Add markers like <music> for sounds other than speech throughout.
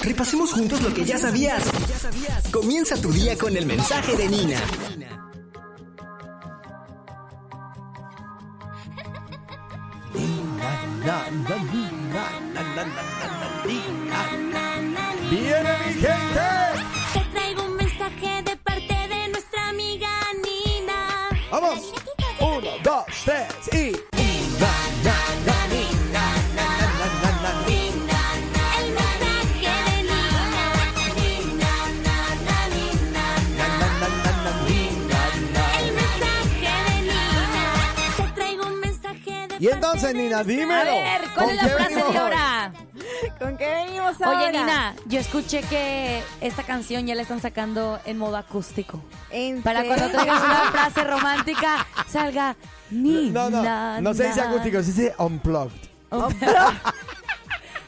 Repasemos juntos lo que ya sabías. Comienza tu día con el mensaje de Nina. ¡Viene mi gente! Te traigo un mensaje de parte de nuestra amiga Nina. ¡Vamos! Uno, dos, tres y... El mensaje de Nina. El mensaje de Nina. Te traigo un mensaje de Y entonces, Nina, dímelo. A ver, ¿cuál ¿Con es la qué frase venimos de hoy? ahora? ¿Con qué venimos ahora? Oye, Nina, yo escuché que esta canción ya la están sacando en modo acústico. ¿En Para cuando serio? traigas una frase romántica, salga ni No, no, no se dice na". acústico, se dice unplugged. <laughs>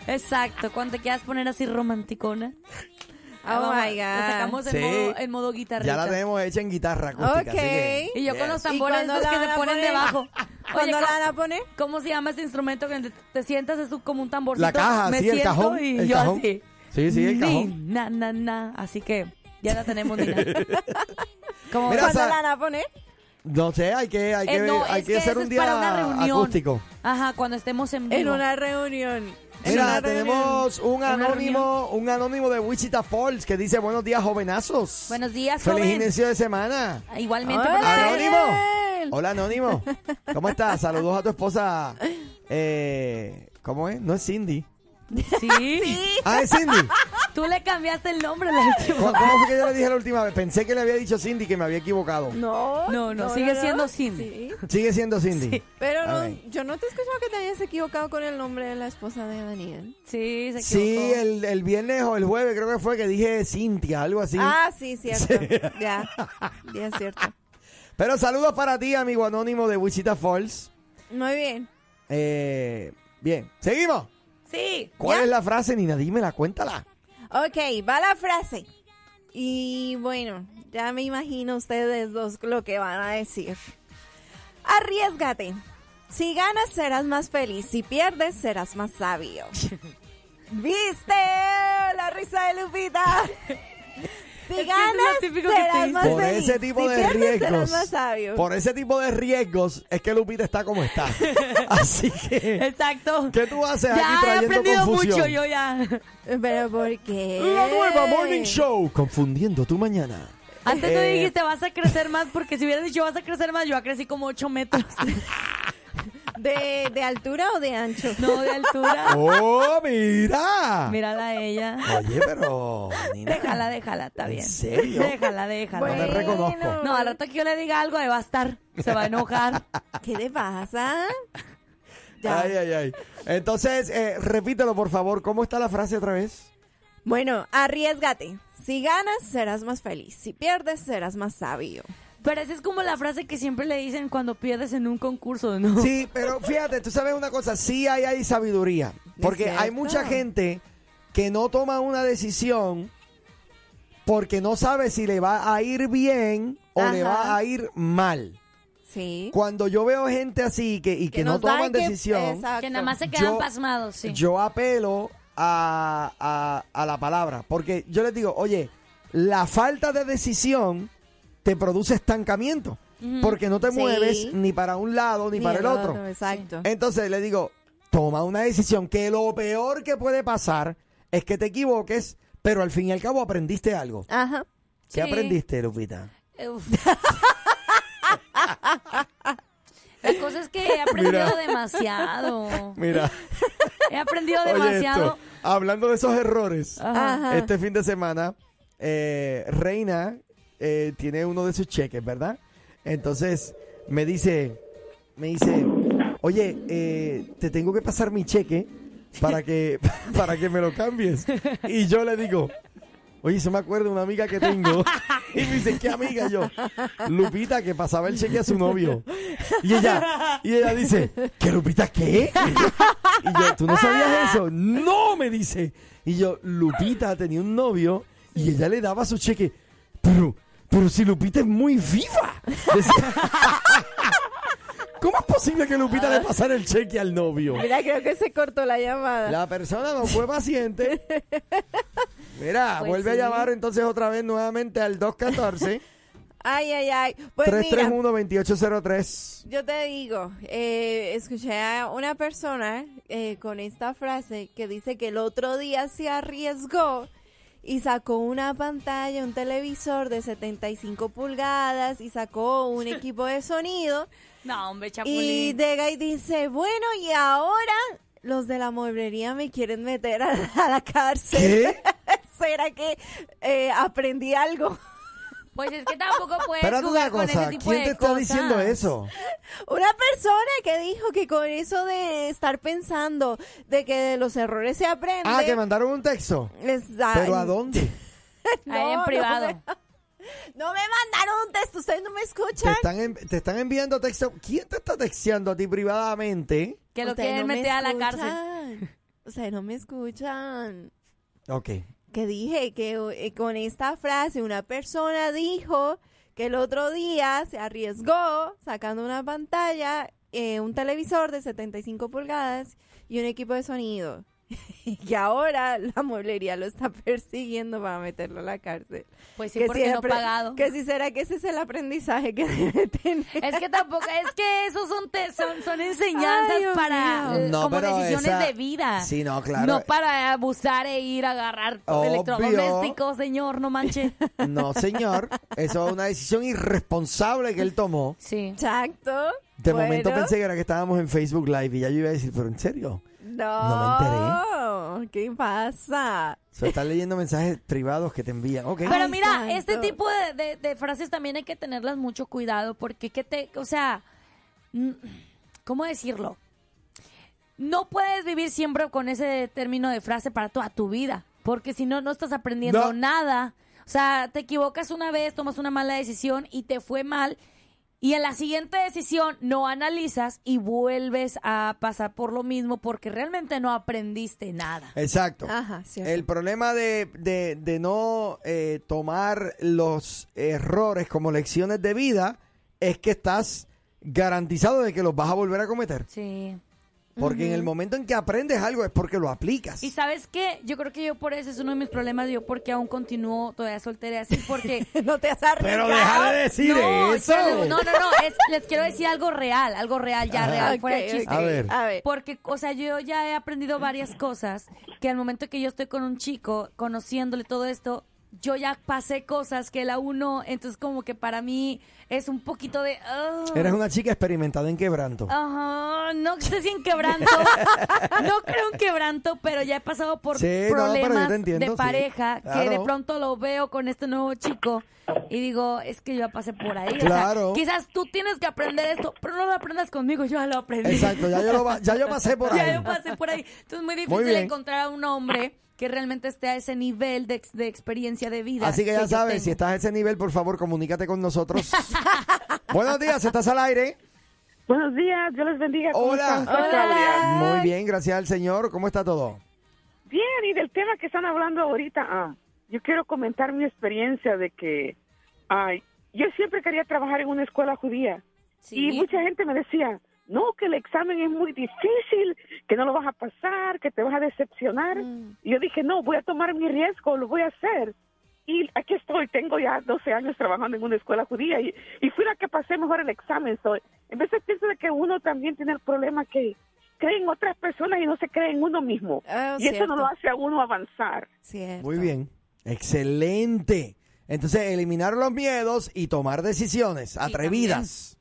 Exacto, cuando te quieras poner así romanticona. Ah, Oh vamos, my God. La sacamos en, Sí. modo, en modo guitarrita. Ya la tenemos hecha en guitarra acústica, así Ok. que- Y yo con los Yes. tambores cuándo esos la que van se a ponen poner? <laughs> debajo. Oye, ¿Cuándo la ¿cómo- van a poner? ¿Cómo se llama ese instrumento que te sientas? Es como un tamborcito. La caja, Me sí, el siento cajón, Y el yo cajón. así. Sí, sí, el Ni, cajón. Na, na, na. Así que ya la tenemos, <laughs> Eh, Nina. Como- Mira, ¿Cuándo sa- la van a poner? No sé, hay que, hay Eh, que, no, hay es que que hacer eso un es día para una reunión. acústico. Ajá, cuando estemos en En vivo. una reunión. En Mira, una reunión. tenemos un Una anónimo, un anónimo de Wichita Falls que dice buenos días, jovenazos. Buenos días, Feliz joven. inicio de semana. Ah, Igualmente. Hola. para ustedes. Anónimo. Daniel. Hola, Anónimo. ¿Cómo estás? Saludos a tu esposa. Eh, ¿Cómo es? No es Cindy. <laughs> Sí. Ah, es Cindy. Tú le cambiaste el nombre la última ¿Cómo, cómo fue que yo le dije la última vez? Pensé que le había dicho Cindy que me había equivocado. No, No, no, sigue siendo Cindy. Sí. Sigue siendo Cindy. Pero no, Ok. yo no te he escuchado que te hayas equivocado con el nombre de la esposa de Daniel. Sí, se Sí, equivocó. el, el viernes o el jueves creo que fue que dije Cintia, algo así. Ah, sí, cierto. <laughs> Ya, ya es cierto. Pero saludos para ti, amigo anónimo de Wichita Falls. Muy bien. Eh, bien, seguimos. Sí. ¿Cuál Ya. es la frase, Nina? Dímela, cuéntala. Ok, va la frase. Y bueno, ya me imagino ustedes dos lo que van a decir. Arriesgate. Si ganas serás más feliz, si pierdes serás más <laughs> sabio. ¿Viste la risa <laughs> de Lupita? que Si es lo ganas típico que te serás dicen. más Por feliz, ese tipo si de pierdes serás riesgos. más sabio. Por ese tipo de riesgos es que Lupita está como está. Así que, Exacto. ¿qué tú haces aquí Ya he trayendo aprendido confusión? mucho yo ya. Pero ¿por qué? La nueva Morning Show, confundiendo tu mañana. Antes tú Eh. dijiste vas a crecer más, porque si hubieras dicho vas a crecer más, yo ya crecí como 8 metros. <laughs> ¿De, de altura o de ancho? No, <laughs> de altura. ¡Oh, mira! Mírala a <laughs> ella. Oye, pero, Nina, Déjala, déjala, está ¿En bien. serio? Déjala, déjala. no te reconozco. No, al rato que yo le diga algo, ahí va a estar. Se va <laughs> a enojar. ¿Qué te pasa? Ya. Ay, ay, ay. Entonces, eh, repítelo, por favor. ¿Cómo está la frase otra vez? Bueno, arriesgate. Si ganas, serás más feliz. Si pierdes, serás más sabio. Pero esa es como la frase que siempre le dicen cuando pierdes en un concurso, ¿no? Sí, pero fíjate, tú sabes una cosa, sí hay, hay sabiduría. Porque hay cierto. mucha gente que no toma una decisión porque no sabe si le va a ir bien o le Ajá. va a ir mal. Sí. Cuando yo veo gente así que, y que, no nos da toman que- decisión, Exacto. Que nada más se quedan Yo- pasmados, sí. yo apelo a, a- a la palabra. Porque yo les digo, oye, la falta de decisión te produce estancamiento. Porque no te Sí. mueves ni para un lado ni, Ni para el otro. Exacto. Entonces le digo, toma una decisión que lo peor que puede pasar es que te equivoques, pero al fin y al cabo aprendiste algo. Ajá. ¿Qué Sí. aprendiste, Lupita? Uf. <laughs> La cosa es que he aprendido Mira. demasiado. <laughs> Mira, He aprendido demasiado. hablando de esos errores, Ajá. Ajá. este fin de semana, eh, Reina eh, tiene uno de sus cheques, ¿verdad? Entonces me dice, me dice, oye, eh, te tengo que pasar mi cheque para que, <laughs> para que me lo cambies. Y yo le digo, oye, se me acuerda una amiga que tengo. <laughs> Y me dice, ¿qué amiga? Y yo, Lupita, que pasaba el cheque a su novio. Y ella, y ella dice, ¿qué Lupita qué? Y yo, ¿tú no sabías eso? No, me dice. Y yo, Lupita tenía un novio y ella le daba su cheque. Pero, pero si Lupita es muy viva. <laughs> Decía- ¿Cómo es posible que Lupita le pasara el cheque al novio? Mira, creo que se cortó la <laughs> llamada. La persona no fue paciente. Mira, Pues vuelve sí. a llamar entonces otra vez nuevamente al <laughs> 214 Ay, ay, ay. Pues mira, 331 2803. yo te digo, eh, escuché a una persona eh, con esta frase que dice que el otro día se arriesgó y sacó una pantalla, un televisor de 75 pulgadas y sacó un equipo de sonido No, hombre, y chapulín. llega y dice, bueno, y ahora los de la mueblería me quieren meter a, a la cárcel. ¿Qué? <laughs> ¿Será que eh, aprendí algo? Pues es que tampoco puedes Espérate jugar una con cosa, ese tipo ¿quién de te está cosas. diciendo eso? Una persona que dijo que con eso de estar pensando de que de los errores se aprende. Ah, que mandaron un texto. les da- ¿Pero a <laughs> dónde? Ahí en No, privado. No me, <laughs> no me mandaron un texto, ustedes no me Te escuchan. están, en- te están enviando texto. ¿Quién te está texteando a ti privadamente? Que lo Ustedes quieren no me meter a la cárcel. escuchan. Ustedes no me escuchan. Ok. que dije que eh, con esta frase una persona dijo que el otro día se arriesgó sacando una pantalla, eh, un televisor de 75 pulgadas y un equipo de sonido. <laughs> y que ahora la mueblería lo está <laughs> persiguiendo para meterlo a la cárcel. Pues sí, que porque no apre- pagado. Que si será que ese es el aprendizaje que <laughs> debe tener. Es que tampoco, es que esos son, te- son, son enseñanzas <laughs> Ay, Dios para mío. eh, No, como pero decisiones esa- de vida. Sí, no, claro. No para abusar e ir a agarrar Obvio. electrodomésticos, señor, no manche. <laughs> No, <laughs> señor. Eso es una decisión irresponsable que él tomó. Sí. Exacto. De momento Bueno, pensé que era que estábamos en Facebook Live y ya yo iba a decir, pero en serio, No, ¿qué pasa? se están leyendo mensajes privados que te envían. Ok. Pero Ay, mira, santo. este tipo de, de- de frases también hay que tenerlas mucho cuidado porque que te, o sea, mm, ¿cómo decirlo? No puedes vivir siempre con ese término de frase para toda tu vida, porque si no, no estás aprendiendo No. nada. O sea, te equivocas una vez, tomas una mala decisión y te fue mal. Y en la siguiente decisión no analizas y vuelves a pasar por lo mismo porque realmente no aprendiste nada. Eh, Exacto. Ajá, cierto. El problema de, de- de no eh, tomar los errores como lecciones de vida es que estás garantizado de que los vas a volver a cometer. Sí. Porque en el momento en que aprendes algo es porque lo aplicas. Y sabes qué, yo creo que yo por eso es uno de mis problemas, yo porque aún continúo todavía soltera y así, <laughs> porque... <laughs> no te has Pero arriesgado. déjale decir no, eso. chale, no, no, no, es- les quiero decir algo real, algo real, ya Ah. real, Ok, fuera de chiste. ok. A ver. A ver. Porque, o sea, yo ya he aprendido varias cosas que al momento que yo estoy con un chico, conociéndole todo esto, yo ya pasé cosas que la uno, entonces como que para mí es un poquito de... ah. Eres una chica experimentada en quebranto. Ajá, no sé si en quebranto, <laughs> no creo en quebranto, pero ya he pasado por Sí, no, pero yo te problemas entiendo, de sí. pareja que de Claro. pronto lo veo con este nuevo chico y digo, es que yo ya pasé por ahí. O sea, Claro. quizás tú tienes que aprender esto, pero no lo aprendas conmigo, yo ya lo aprendí. <laughs> Exacto, ya yo, lo va- ya yo pasé por Ya ahí. yo pasé por ahí. Entonces es muy difícil bien. encontrar a un hombre que realmente esté a ese nivel de, ex- de experiencia de vida. Así que ya yo sabes, tengo. si estás a ese nivel, por favor, comunícate con <laughs> nosotros. Buenos días, estás al aire. Buenos días, Dios les bendiga. ¿Cómo Hola. están? Soy Claudia. Muy bien, gracias al Señor. ¿Cómo está todo? Bien, y del tema que están hablando ahorita, ah, yo quiero comentar mi experiencia de que ay, yo siempre quería trabajar en una escuela judía Sí. y mucha gente me decía, no, que el examen es muy difícil, que no lo vas a pasar, que te vas a decepcionar. Y yo dije, no, voy a tomar mi riesgo, lo voy a hacer. Y aquí estoy, tengo ya 12 años trabajando en una escuela judía y, y fui la que pasé mejor el examen. So, en veces pienso de que uno también tiene el problema que cree en otras personas y no se cree en uno mismo. Ah, y eso no cierto. lo hace a uno avanzar. Cierto. Muy <laughs> bien. Excelente. Entonces, eliminar los miedos y tomar decisiones atrevidas.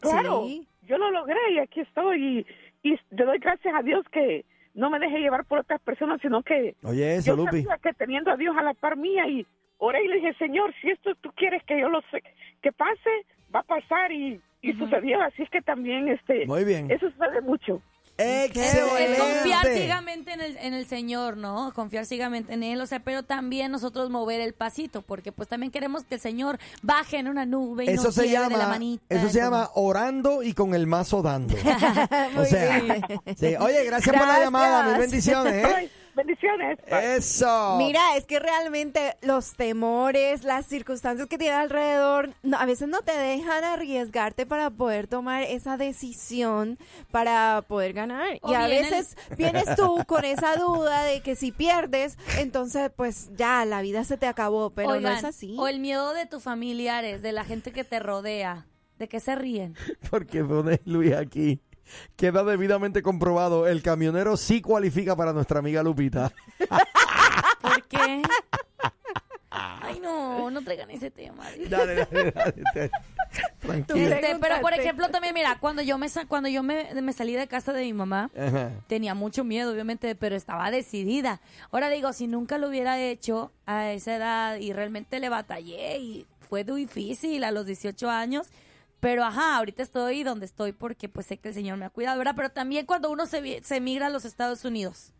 Claro, Sí. yo lo logré y aquí estoy. Y, y le doy gracias a Dios que no me dejé llevar por otras personas, sino que Oye, eso, yo Lupi. sabía que teniendo a Dios a la par mía y oré y le dije, Señor, si esto tú quieres que yo lo sé, que pase, va a pasar y, y sucedió. Así es que también este, Muy bien. eso sucede mucho. ¡Eh, Es confiar Excelente. ciegamente en el, en el Señor, ¿no? Confiar ciegamente en Él, o sea, pero también nosotros mover el pasito, porque pues también queremos que el Señor baje en una nube y Eso nos se lleve de la llama, manita. eso se entonces- llama orando y con el <laughs> mazo dando. o Muy sea, bien. sí. oye, gracias por la llamada, Gracias. mil bendiciones. ¿eh? Bendiciones. Bye. Eso. Mira, es que realmente los temores, las circunstancias que tiene alrededor, no- a veces no te dejan arriesgarte para poder tomar esa decisión para poder ganar. O y a vienen- veces vienes tú con esa duda de que si pierdes, entonces pues ya la vida se te acabó, pero no Oigan, es así. O el miedo de tus familiares, de la gente que te rodea, de que se ríen. Porque pone Luis aquí. Queda debidamente comprobado. El camionero sí cualifica para nuestra amiga Lupita. ¿Por <laughs> qué? Ay, no, no traigan ese tema. Dale, dale, dale. te- Tranquila. Este, pero por Preguntaste. ejemplo también, mira, cuando yo me sa- cuando yo me, me salí de casa de mi mamá, Ajá. tenía mucho miedo, obviamente, pero estaba decidida. Ahora digo, si nunca lo hubiera hecho a esa edad y realmente le batallé y fue difícil a los 18 años, pero ajá, ahorita estoy donde estoy porque pues sé que el Señor me ha cuidado, ¿verdad? Pero también cuando uno se, vi- se migra a los Estados Unidos.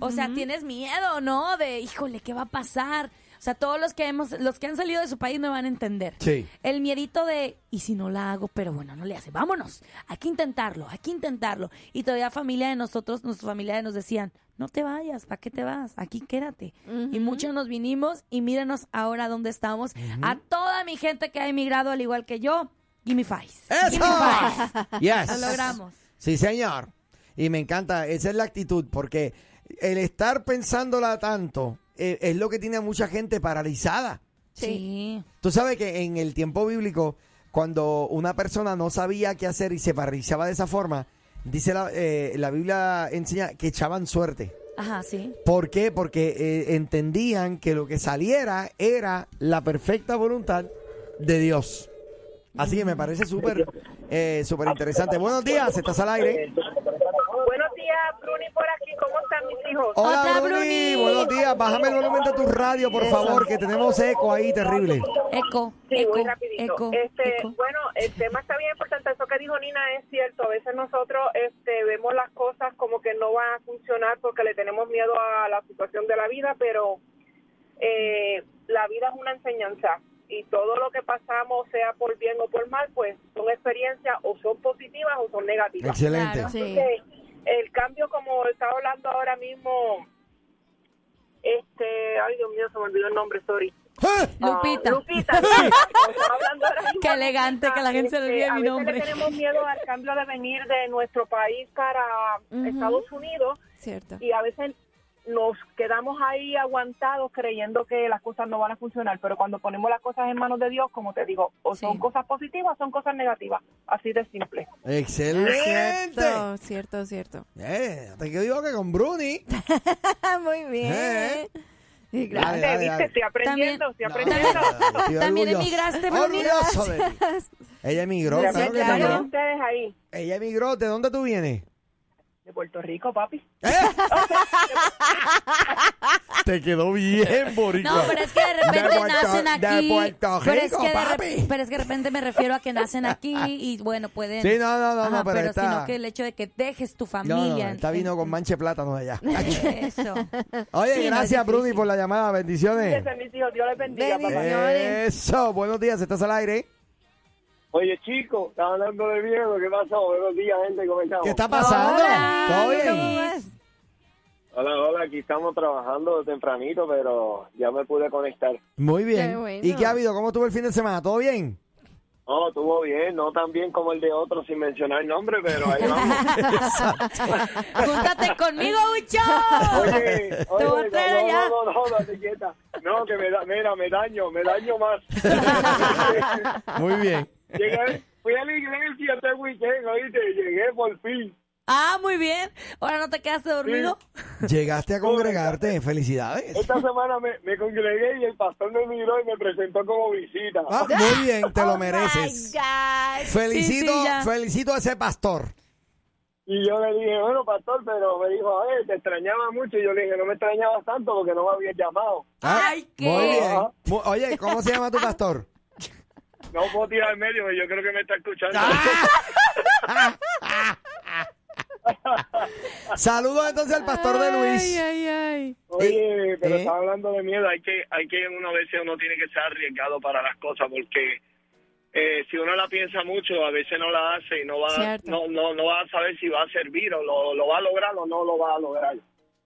O sea, tienes miedo, ¿no? De, híjole, ¿qué va a pasar? O sea, todos los que hemos, los que han salido de su país me van a entender. Sí. El miedito de, y si no la hago, pero bueno, no le hace, vámonos, hay que intentarlo, hay que intentarlo. Y todavía familia de nosotros, nuestra familia nos decían, no te vayas, ¿para qué te vas? Aquí quédate. Y muchos nos vinimos y mírenos ahora dónde estamos. A toda mi gente que ha emigrado, al igual que yo, Gimme Fies. ¡Eso! <laughs> Yes. Lo logramos. Sí, señor. Y me encanta, esa es la actitud, porque el estar pensándola tanto eh, es lo que tiene a mucha gente paralizada. Sí. Tú sabes que en el tiempo bíblico, cuando una persona no sabía qué hacer y se paralizaba de esa forma, dice la, eh, la Biblia enseña que echaban suerte. Ajá, sí. ¿Por qué? Porque eh, entendían que lo que saliera era la perfecta voluntad de Dios. Así que me parece súper eh, súper interesante. Buenos días, estás al aire. Buenos días, Bruni, por aquí. ¿Cómo están mis hijos? Hola, Hola, Bruni. Bruni. Buenos días. Bájame el volumen de tu radio, por favor, que tenemos eco ahí terrible. Eco, Sí, eco, voy rapidito. eco, este, eco. Bueno, el tema está bien importante. Eso que dijo Nina es cierto. A veces nosotros este, vemos las cosas como que no van a funcionar porque le tenemos miedo a la situación de la vida, pero eh, la vida es una enseñanza. Y todo lo que pasamos, sea por bien o por mal, pues son experiencias o son positivas o son negativas. Excelente. Claro, Sí. que el cambio como está hablando ahora mismo este ay Dios mío se me olvidó el nombre sorry ¡Eh! Lupita. <laughs> Ah, Lupita sí. Como estaba hablando ahora mismo, Qué elegante que la gente se le este, olvide a mi veces nombre. le tenemos miedo al cambio de venir de nuestro país para Ujú. Estados Unidos Cierto. y a veces nos quedamos ahí aguantados creyendo que las cosas no van a funcionar, pero cuando ponemos las cosas en manos de Dios, como te digo, o son Sí. cosas positivas o son cosas negativas, así de simple. Excelente. Cierto, cierto, cierto. Eh, te digo que con Bruni. <laughs> Muy bien. Eh. Y gracias. Dale, Te dale, viste, dale. estoy aprendiendo, estoy No, aprendiendo. no, estoy También orgulloso. emigraste, Bruni. Orgulloso de ti. Ella emigró, Gracias, claro que claro. Miren también. ustedes ahí, Ella emigró, ¿de dónde tú vienes? de Puerto Rico, papi. ¿Eh? <laughs> Te quedó bien, Boricua. No, pero es que de repente Puerto- nacen aquí. De Puerto Rico, pero, es que de re- papi. pero es que de repente me refiero a que nacen aquí y bueno, pueden. Sí, no, no, no, no, pero pero está- sino que el hecho de que dejes tu No, no, familia. no, está en- vino con manche plátano <laughs> allá. Eso. Oye, Sí, no, gracias, es difícil. Bruni, por la llamada. Bendiciones. Cuídense, mis hijos, Dios les bendiga, Bendiga. papá. Señores. Eso, buenos días, estás al aire. Oye, chico, estás hablando de viejo, ¿qué pasó? Buenos días, gente, ¿cómo estamos? ¿Qué está pasando? Hola, ¿Todo bien? ¿cómo vas? Hola, hola, aquí estamos trabajando tempranito, pero ya me pude conectar. Muy bien. Qué bueno. ¿Y qué ha habido? ¿Cómo estuvo el fin de semana? ¿Todo bien? No, estuvo bien, no tan bien como el de otro, sin mencionar nombre, pero ahí <laughs> vamos. Júntate conmigo, Ucho. Oye, oye, voy a traer no, allá. no, no, no, date quieta. No, que me da, mira, me daño, me <laughs> daño más. Muy bien. Llegué, fui a la iglesia este weekend, oíste, llegué por fin. Ah, muy bien. Ahora no te quedaste dormido. Llegaste a congregarte, felicidades. Esta semana me, me congregué y el pastor me miró y me presentó como visita. Ah, muy bien, te Oh lo my mereces. God. Felicito, Sí, sí, ya. felicito a ese pastor. Y yo le dije, bueno, pastor, pero me dijo, a ver, te extrañaba mucho. Y yo le dije, no me extrañabas tanto porque no me habías llamado. Ah, Ay, qué- Muy bien. Mu- Oye, ¿cómo se llama tu pastor? No puedo tirar el medio, yo creo que me está escuchando. Saludos entonces al pastor de Luis. Ay, ay, Oye, pero Eh. estaba hablando de miedo. Hay que, hay que, una vez uno tiene que ser arriesgado para las cosas porque eh, si uno la piensa mucho, a veces no la hace y no va, Cierto. no, no, no va a saber si va a servir o lo, lo va a lograr o no lo va a lograr.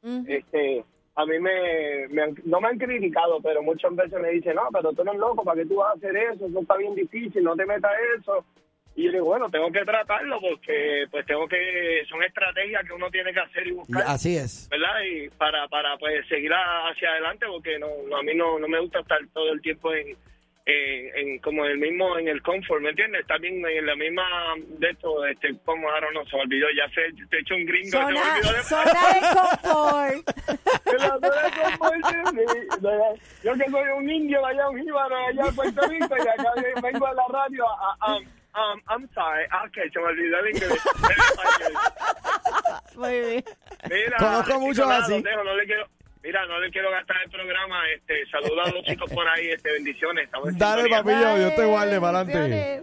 Ujú. Este, a mí me, me han- no me han criticado, pero muchas veces me dicen, no, pero tú eres loco, ¿para qué tú vas a hacer eso? Eso está bien difícil, no te metas eso. Y yo digo, bueno, tengo que tratarlo porque pues tengo que, son estrategias que uno tiene que hacer y buscar. Así es. ¿verdad? Y para, para pues seguir a- hacia adelante porque no, no- a mí no, no me gusta estar todo el tiempo en, en, en como en el mismo, en el confort, ¿me entiendes? También en la misma de esto, este, como ahora no se me olvidó, ya sé, te he hecho un gringo, se me Zona, olvidó de- zona de confort. <laughs> de la zona de confort, de- de la- Yo que soy un indio allá, un jíbaro allá en Puerto Rico y acá yo vengo a la radio a... a- a- um, I'm sorry, okay, se me olvidó el inglés. el español. Muy bien. Mira, Conozco chicos, muchos nada, así. los dejo, no le quiero, mira, no le quiero gastar el programa. Este, saluda a los chicos por ahí. Este, bendiciones. Estamos en Dale, sintonía. papillo, yo te guarde para adelante.